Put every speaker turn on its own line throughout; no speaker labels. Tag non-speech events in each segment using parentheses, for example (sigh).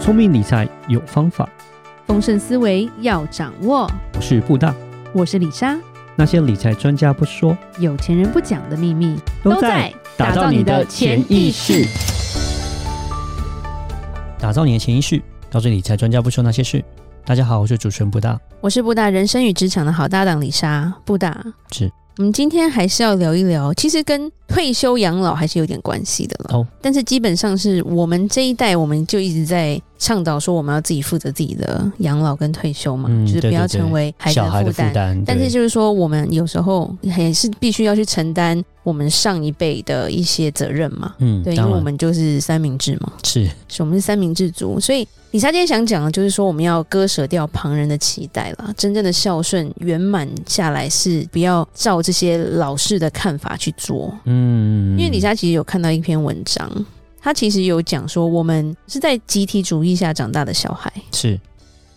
聪明理财有方法，
丰盛思维要掌握。
我是布大。
我是李莎，
那些理财专家不说，
有钱人不讲的秘密
打造你的潜意识。，打造你的潜意识，告诉理财专家不说那些事。大家好，我是主持人布大。
我是布达人生与职场的好搭档李莎。布达
是，
我们今天还是要聊一聊，其实跟退休养老还是有点关系的了。
哦
但是基本上是我们这一代，我们就一直在倡导说，我们要自己负责自己的养老跟退休嘛，
嗯
就是
对
不要
对对
成为孩子
小孩
的
的
负
负
担。
担，
但是
对
就是说，我们有时候还是必须要去承担我们上一辈的一些责任嘛。
嗯，
对，因
当
为
然
我们就是三明治嘛，
是
是我们是三明治族，所以李莎今天想讲的就是说，我们要割舍掉旁人的期待啦，真正的孝顺圆满下来是不要照这些老式的看法去做。
嗯，
因为李莎其实有看到一篇文章，她其实有讲说，我们是在集体主义下长大的小孩，
是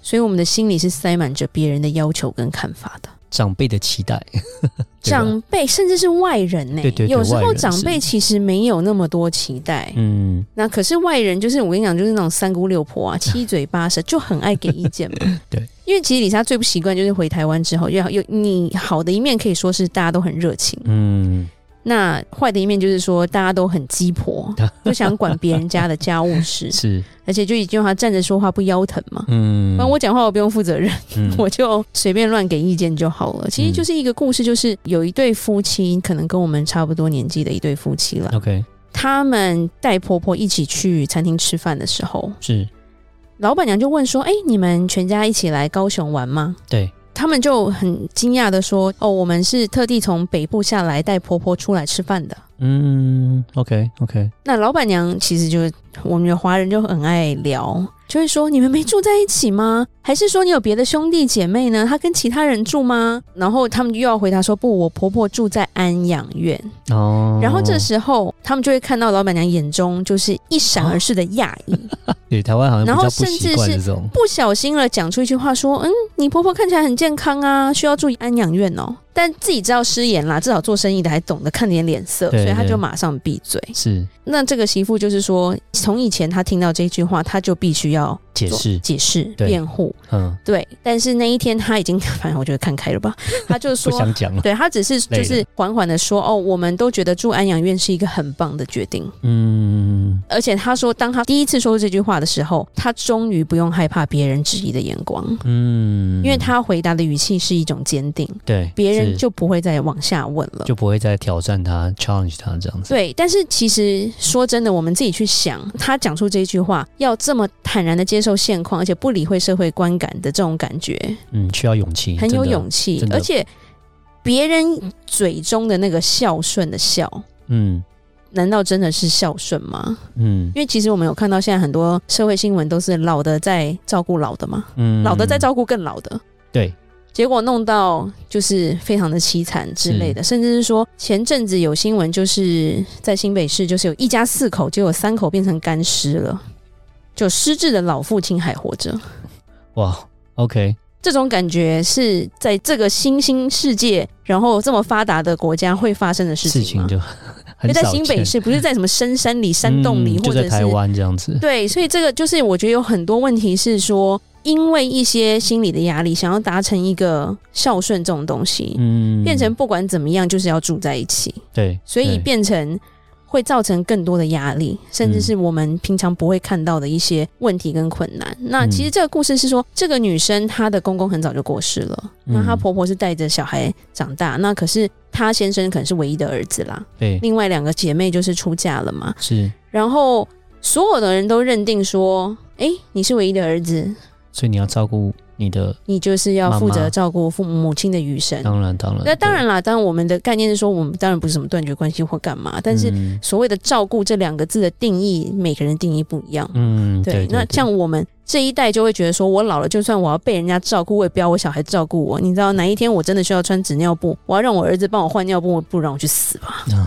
所以我们的心里是塞满着别人的要求跟看法的。
长辈的期
(laughs)
待，对吧
长辈甚至是外人呢、
对对对
有时
外
候
人
长
是
辈其实没有那么多期待，
嗯，。
那可是外人，就是我跟你讲，就是那种三姑六婆啊，七嘴八舌，就很爱给意见嘛
(laughs) 对，
因为其实李莎最不习惯就是回台湾之后，要有你好的一面可以说是大家都很热情，
嗯，，
那坏的一面就是说大家都很鸡婆，就想管别人家的家务
(laughs)
事
是，
而且就一句话站着说话不腰疼嘛。
嗯，
反正我讲话我不用负责任，
嗯
(laughs) 我就随便乱给意见就好了。其实就是一个故事，就是有一对夫妻，可能跟我们差不多年纪的一对夫妻了，
OK
他们带婆婆一起去餐厅吃饭的时候，
是
老板娘就问说：“哎、你们全家一起来高雄玩吗
对，？”
他们就很惊讶的说：“哦，我们是特地从北部下来带婆婆出来吃饭的。
嗯，OK OK，”
那老板娘其实就我们的华人就很爱聊，就会说：“你们没住在一起吗？ (laughs) 还是说你有别的兄弟姐妹呢？他跟其他人住吗？”然后他们又要回答说：“不，我婆婆住在安养院。
哦，
然后这时候他们就会看到老板娘眼中就是一闪而逝的讶异。
(laughs) 对台湾好像比
然
较
后
不
甚
习
至
惯
是
这种，
不小心了讲出一句话说，嗯，你婆婆看起来很健康啊，需要住安养院哦。但自己知道失言啦，至少做生意的还懂得看点脸色，
对
所以他
对
就马上闭嘴。
是
那这个媳妇就是说，从以前她听到这句话，她就必须要
解
做
释，
解释、
对
辩护。
嗯，
对，但是那一天她已经，反正我觉得看开了吧，
(laughs)
她就
不
说。
想讲了，
对她只是
累
就
了
是缓缓的说哦，我们都觉得住安养院是一个很棒的决定，
(laughs) 嗯，
而且她说，当她第一次说出这句话的时候，她终于不用害怕别人质疑的眼光。
嗯，
(laughs) 因为他回答的语气是一种坚定，
对
别人
是
就不会再往下问了。
就不会再挑战他、challenge 他这样子，
对，但是其实说真的，我们自己去想，他讲出这句话，要这么坦然的接受现况，而且不理会社会观感的这种感觉，
嗯，需要勇气，
很
真
有
的
勇，气
真，的
而且别人嘴中的那个孝顺的孝。
嗯
难道真的是孝顺吗？
嗯
因为其实我们有看到现在很多社会新闻都是老的在照顾老的嘛，
嗯，
老的在照顾更老的，
对，
结果弄到就是非常的凄惨之类
嗯
的，甚至是说前阵子有新闻，就是在新北市，就是有一家四口，结果三口变成干尸了，就失智的老父亲还活着，
哇，OK，
这种感觉是在这个新兴世界，然后这么发达的国家会发生的事
事
情
情
吗？
就 (laughs)
因
很
为在
少
新北
见
市，不是在什么深山里、山洞里，
嗯
或
就
者
在
是
台湾这样子，
对，所以这个就是我觉得有很多问题是说，因为一些心理的压力，想要达成一个孝顺这种东西，
嗯，
变成不管怎么样就是要住在一起，
对，
所以
对
变成会造成更多的压力，甚
嗯
至是我们平常不会看到的一些问题跟困难。
嗯
那其实这个故事是说，这个女生她的公公很早就过世了，
嗯
那她婆婆是带着小孩长大，那可是她先生可能是唯一的儿子啦，
对
另外两个姐妹就是出嫁了嘛，
是，
然后所有的人都认定说，诶，你是唯一的儿子，
所以你要照顾你的，
你就是要负
妈妈
责照顾父母母亲的余生。
当然当然，
嗯那当
对。
然啦，当然我们的概念是说，我们当然不是什么断绝关系或干嘛，但是
嗯
所谓的照顾这两个字的定义，每个人定义不一样。
嗯，对，
那
对
像我们这一代就会觉得说，我老了，就算我要被人家照顾，我也不要我小孩照顾我。你知道哪一天我真的需要穿纸尿布，我要让我儿子帮我换尿布，不如让我去死吧。
嗯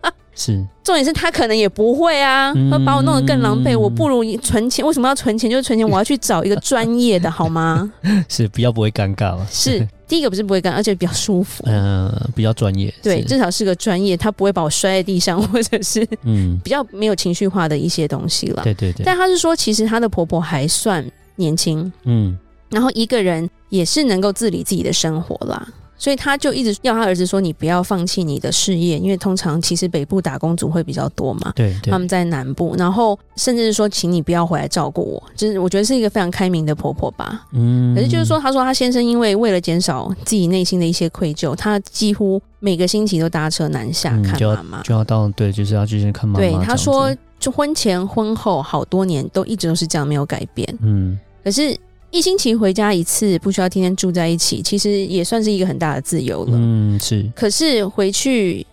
啊是 (laughs)
重点是他可能也不会啊，
嗯
会把我弄得更狼狈。我不如存钱，
(laughs)
为什么要存钱？就是存钱，我要去找一个专业的好吗？
是比较不会尴尬嘛，
是第一个不是不会干，而且比较舒服。
呃，比较专业，
对，
是
至少是个专业，他不会把我摔在地上， (laughs) 或者是
嗯，
比较没有情绪化的一些东西了。
对对对，
但她是说，其实她的婆婆还算年轻，
嗯
然后一个人也是能够自理自己的生活啦。所以她就一直要她儿子说：“你不要放弃你的事业，因为通常其实北部打工族会比较多嘛，
对对
他，们在南部，然后甚至是说，请你不要回来照顾我。”就是我觉得是一个非常开明的婆婆吧。
嗯，
可是就是说，她说她先生因为为了减少自己内心的一些愧疚，她几乎每个星期都搭车南下
嗯
看
就
妈妈。
就要到对，就是要去看妈妈这
对
样，子，
她说，就婚前婚后好多年都一直都是这样，没有改变。
嗯，
可是，一星期回家一次，不需要天天住在一起，其实也算是一个很大的自由了。
嗯，是，
可是回去，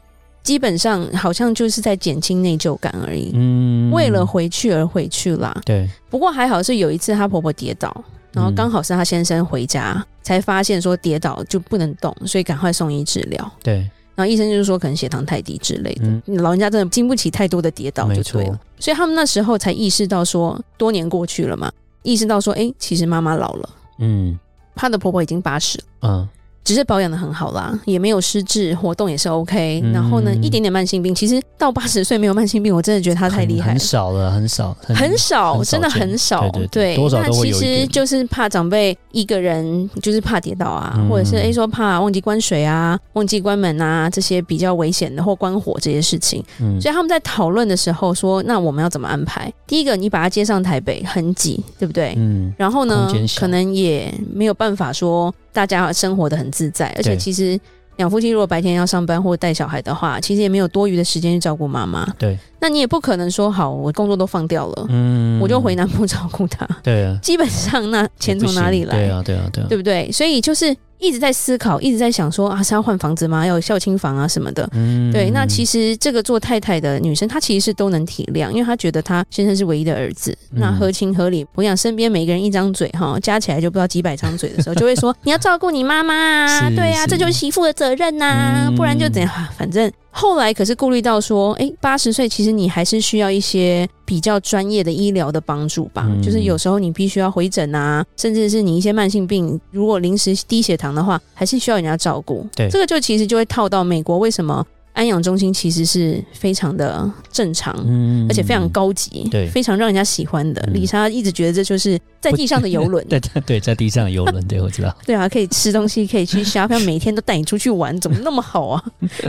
基本上好像就是在减轻内疚感而已，
嗯，
为了回去而回去啦。
对，
不过还好是有一次她婆婆跌倒，然后
嗯
刚好是她先生回家，才发现说跌倒就不能动，所以赶快送医治疗。
对，
然后医生就是说可能血糖太低之类的，
嗯
老人家真的经不起太多的跌倒就对
没错
了。所以他们那时候才意识到说，多年过去了嘛，意识到说，哎、其实妈妈老了。
嗯
她的婆婆已经八十，
啊，
只是保养的很好啦，也没有失智，活动也是 OK、
嗯
然后呢，一点点慢性病，其实到八十岁没有慢性病，我真的觉得她太
很
厉害
很
了。
少了，很少，
很少，
很少
真的
见
很少，
对对对多少
那
都会
其
有一
实
点
就是怕长辈一个人，就是怕跌倒啊，
嗯
或者是诶说怕忘记关水啊、忘记关门啊这些比较危险的或关火这些事情。
嗯，
所以他们在讨论的时候说，那我们要怎么安排？第一个，你把他接上台北很挤，对不对？
嗯，
然后呢
空间，小
可能也没有办法说大家生活的很自在，而且其实两夫妻如果白天要上班或带小孩的话，其实也没有多余的时间去照顾妈妈。
对，
那你也不可能说好，我工作都放掉了，
嗯，
我就回南部照顾她。
对啊，
基本上那钱
也不
从哪里
行
来？
对啊，对啊，对啊，
对不对？所以就是一直在思考，一直在想说啊，是要换房子吗？要有孝亲房啊什么的。
嗯，
对，那其
实
实这个做太太的女生，她其实是都能体谅，因为她觉得她先生是唯一的儿子，
嗯
那合情合理。我想身边每个人一张嘴哈，加起来就不知道几百张嘴的时候，就会
(laughs)
说你要照顾你妈妈啊，
是
对啊，
是
这就是媳妇的责任呐、
嗯
不然就怎样、啊反正后来可是顾虑到说，哎，八十岁其实你还是需要一些比较专业的医疗的帮助吧，
嗯
就是有时候你必须要回诊啊，甚至是你一些慢性病，如果临时低血糖的话，还是需要人家照顾。
对
这个就其实就会套到美国为什么安养中心其实是非常的正常。
嗯，
而且非常高级，
对
非常让人家喜欢的。
嗯，
李莎一直觉得这就是在地上的游轮
对对对，在地上游轮，对我知道，
对啊，可以吃东西，可以去 shopping，每天都带你出去玩，怎么那么
(laughs)
好啊？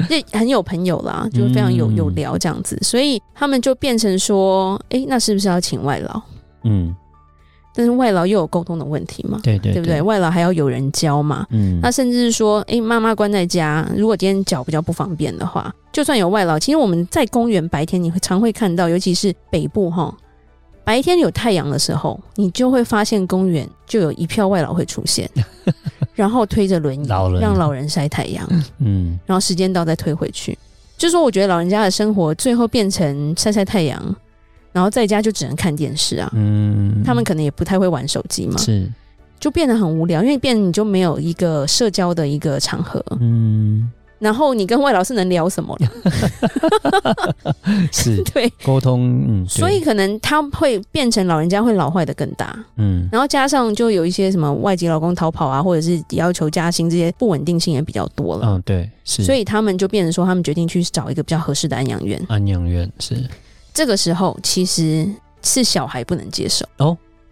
就很有朋友啦，就非常有
嗯
有聊这样子，所以他们就变成说，诶，那是不是要请外劳？
嗯，
但是外劳又有沟通的问题嘛，
对对
对不对？？外劳还要有人教嘛。
嗯，
那甚至是说，诶，妈妈关在家，如果今天脚比较不方便的话，就算有外劳，其实我们在公园白天你会常会看到，尤其是北部哈，白天有太阳的时候，你就会发现公园就有一票外劳会出现，
(laughs)
然后推着轮椅，
老人
让老人晒太阳，
嗯
然后时间到再推回去。就说我觉得老人家的生活最后变成晒晒太阳，然后在家就只能看电视啊，
嗯，
他们可能也不太会玩手机嘛，
是
就变得很无聊，因为变你就没有一个社交的一个场合，
嗯
然后你跟外老师能
(laughs)
聊什么呢？ (laughs)
是
对，
沟通，嗯，对
所以可能他会变成老人家会老坏的更大，
嗯
然后加上就有一些什么外籍劳工逃跑啊，或者是要求加薪这些不稳定性也比较多了，
嗯对是，
呃所
以
以他们就变成说他们决定去找一个比较合适的安养院。
安养院是
这个时候其实是小孩不能接受，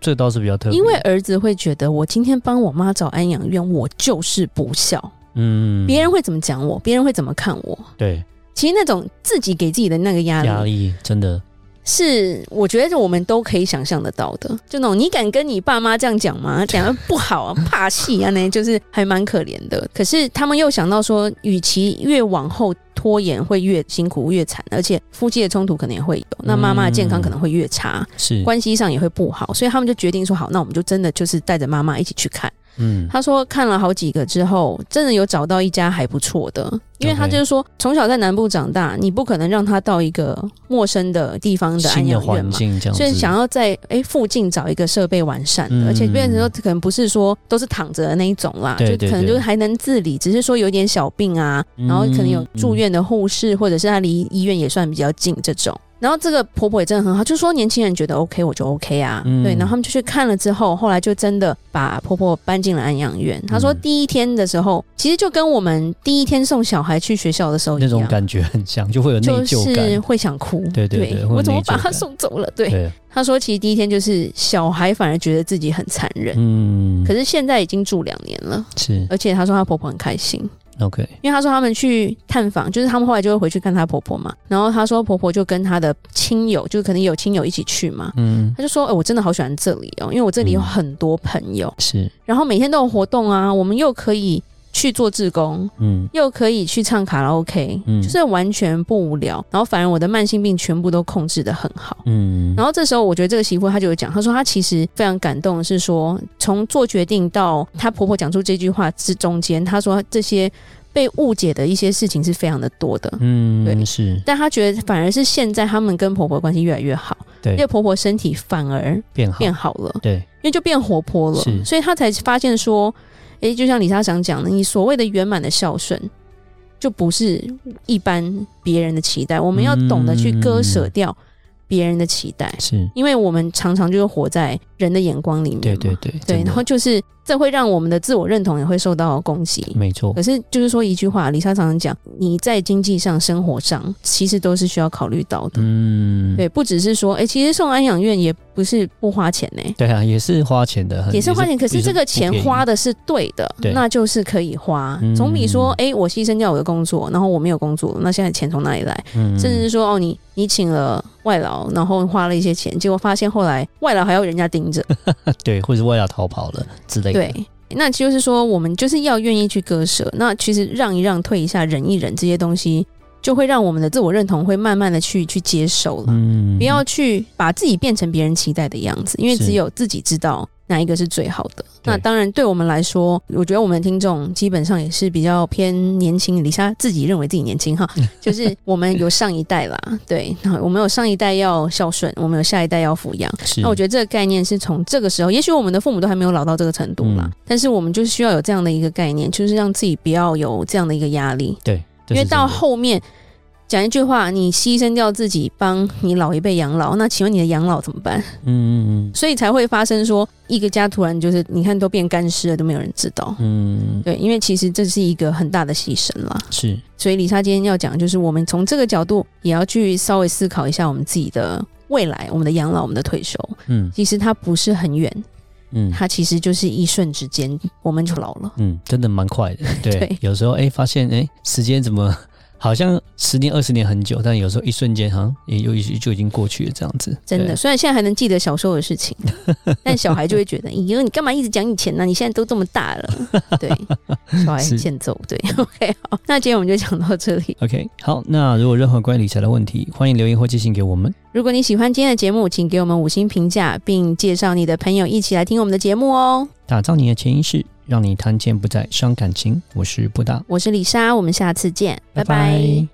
这倒是比较特别，
因为儿子会觉得我今天帮我妈找安养院，我就是不孝，
嗯
别人会怎么讲我，别人会怎么看我。
对
其实那种自己给自己的那个压力
压力真的
是我觉得我们都可以想象得到的，就那种你敢跟你爸妈这样讲吗？讲的不好啊，怕戏啊，那 (laughs) 就是还蛮可怜的。可是他们又想到说，与其越往后拖延，会越辛苦越惨，而且夫妻的冲突可能也会有，那妈妈的健康可能会越差，
是
关系上也会不好，所以他们就决定说，好，那我们就真的就是带着妈妈一起去看。
嗯
他说看了好几个之后，真的有找到一家还不错的，因为他
OK
就是说从小在南部长大，你不可能让他到一个陌生的地方的安
新的
养院
环
嘛。
境这样子，
所以想要在诶附近找一个设备完善的，
嗯
而且变成说可能不是说都是躺着的那一种啦，
对对
就可能
对
就是还能自理，只是说有点
嗯
小病啊，然后可能有住院的护士，或者是他离医院也算比较近这种。然后这个婆婆也真的很好，就说年轻人觉得 OK 我就 OK 啊，
嗯
对。然后他们就去看了之后，后来就真的把婆婆搬进了安养院。她说
嗯
第一天的时候，其实就跟我们第一天送小孩去学校的时候一
那
样，
种感觉很像，就会有内
就
疚感。
是会想哭。
对对对会有
我怎么
内疚
把她
感
送走了？对，
对，
她说其实第一天就是小孩反而觉得自己很残忍，
嗯，
可是现在已经住两年了，
是
而且她说她婆婆很开心。
OK，
因为她说他们去探访，就是他们后来就会回去看她婆婆嘛。然后她说婆婆就跟她的亲友，就是可能有亲友一起去嘛。
嗯，
她就说：“哎、我真的好喜欢这里哦，因为我这里有很多朋友，
是，
然后每天都有活动啊，我们又可以去做志工，
嗯
又可以去唱卡拉 OK，、
嗯
就是完全不无聊。然后反而我的慢性病全部都控制得很好。”
嗯，
然后这时候，我觉得这个媳妇她就有讲，她说她其实非常感动，的是说从做决定到她婆婆讲出这句话之中间，她说这些被误解的一些事情是非常的多的。
嗯
对
是，
但她觉得反而是现在他们跟婆婆关系越来越好，
对
因为婆婆身体反而
变好，
变好了，
对，
因为就变活泼了
是，
所以她才发现说，诶，就像李莎想讲的，你所谓的圆满的孝顺，就不是一般别人的期待，我们要懂得
嗯
去割舍掉别人的期待。
是，
因为我们常常就是活在人的眼光里面嘛，
对对对，
对
真的
然后就是这会让我们的自我认同也会受到攻击。
没错
可，是就是说一句话，李莎常常讲，你在经济上、生活上其实都是需要考虑到的。
嗯，
对，不只是说，哎、其实送安养院也不是不花钱呢、
对啊，也是花钱的，很
也是花钱，可是这个钱花
的，
的是对的，
对
那就是可以花
嗯，
总比说，哎、我牺牲掉我的工作，然后我没有工作，那现在钱从哪里来？
嗯
甚至是说哦，你你请了外劳，然后花了一些钱，结果发现后来外劳还要人家盯着，
对，或者是为了逃跑了之类的，
对。那就是说，我们就是要愿意去割舍。那其实让一让、退一下、忍一忍这些东西，就会让我们的自我认同会慢慢的去去接受了，
嗯，
不要去把自己变成别人期待的样子，因为
是
只有自己知道哪一个是最好的。
对
那当然，对我们来说，我觉得我们的听众基本上也是比较偏年轻。李莎自己认为自己年轻哈，
(laughs)
就是我们有上一代啦，对，然后我们有上一代要孝顺，我们有下一代要抚养。
是，
那我觉得这个概念是从这个时候，也许我们的父母都还没有老到这个程度啦，
嗯
但是我们就是需要有这样的一个概念，就是让自己不要有这样的一个压力，
对，这
因为
是真
到
的
后面讲一句话，你牺牲掉自己帮你老一辈养老，那请问你的养老怎么办？ (laughs)
嗯嗯
所以才会发生说一个家突然就是你看都变干尸了，都没有人知道。
嗯嗯
对，因为其实这是一个很大的牺牲啦。
是，
所以李莎今天要讲，就是我们从这个角度也要去稍微思考一下我们自己的未来、我们的养老、我们的退休。
嗯
其实它不是很远，
嗯。
它其实就是一瞬之间，我们就老了。
嗯，真的蛮快的。对，
对
(laughs) 有时候哎、发现哎、时间怎么好像十年、二十年很久，但有时候一瞬间好像也又一就已经过去了这样子。
真的，
对，
虽然现在还能记得小时候的事情，但小孩就会觉得，咦，你干嘛一直讲以前呢、你现在都这么大了，对，小孩
是
欠揍，对 (laughs) ，OK，好，那今天我们就讲到这里。
OK，好，那如果任何关于理财的问题，欢迎留言或寄信给我们。
如果你喜欢今天的节目，请给我们五星评价，并介绍你的朋友一起来听我们的节目哦。
打造你的潜意识，让你谈钱不再伤感情。我是布达，
我是李莎，我们下次见，拜拜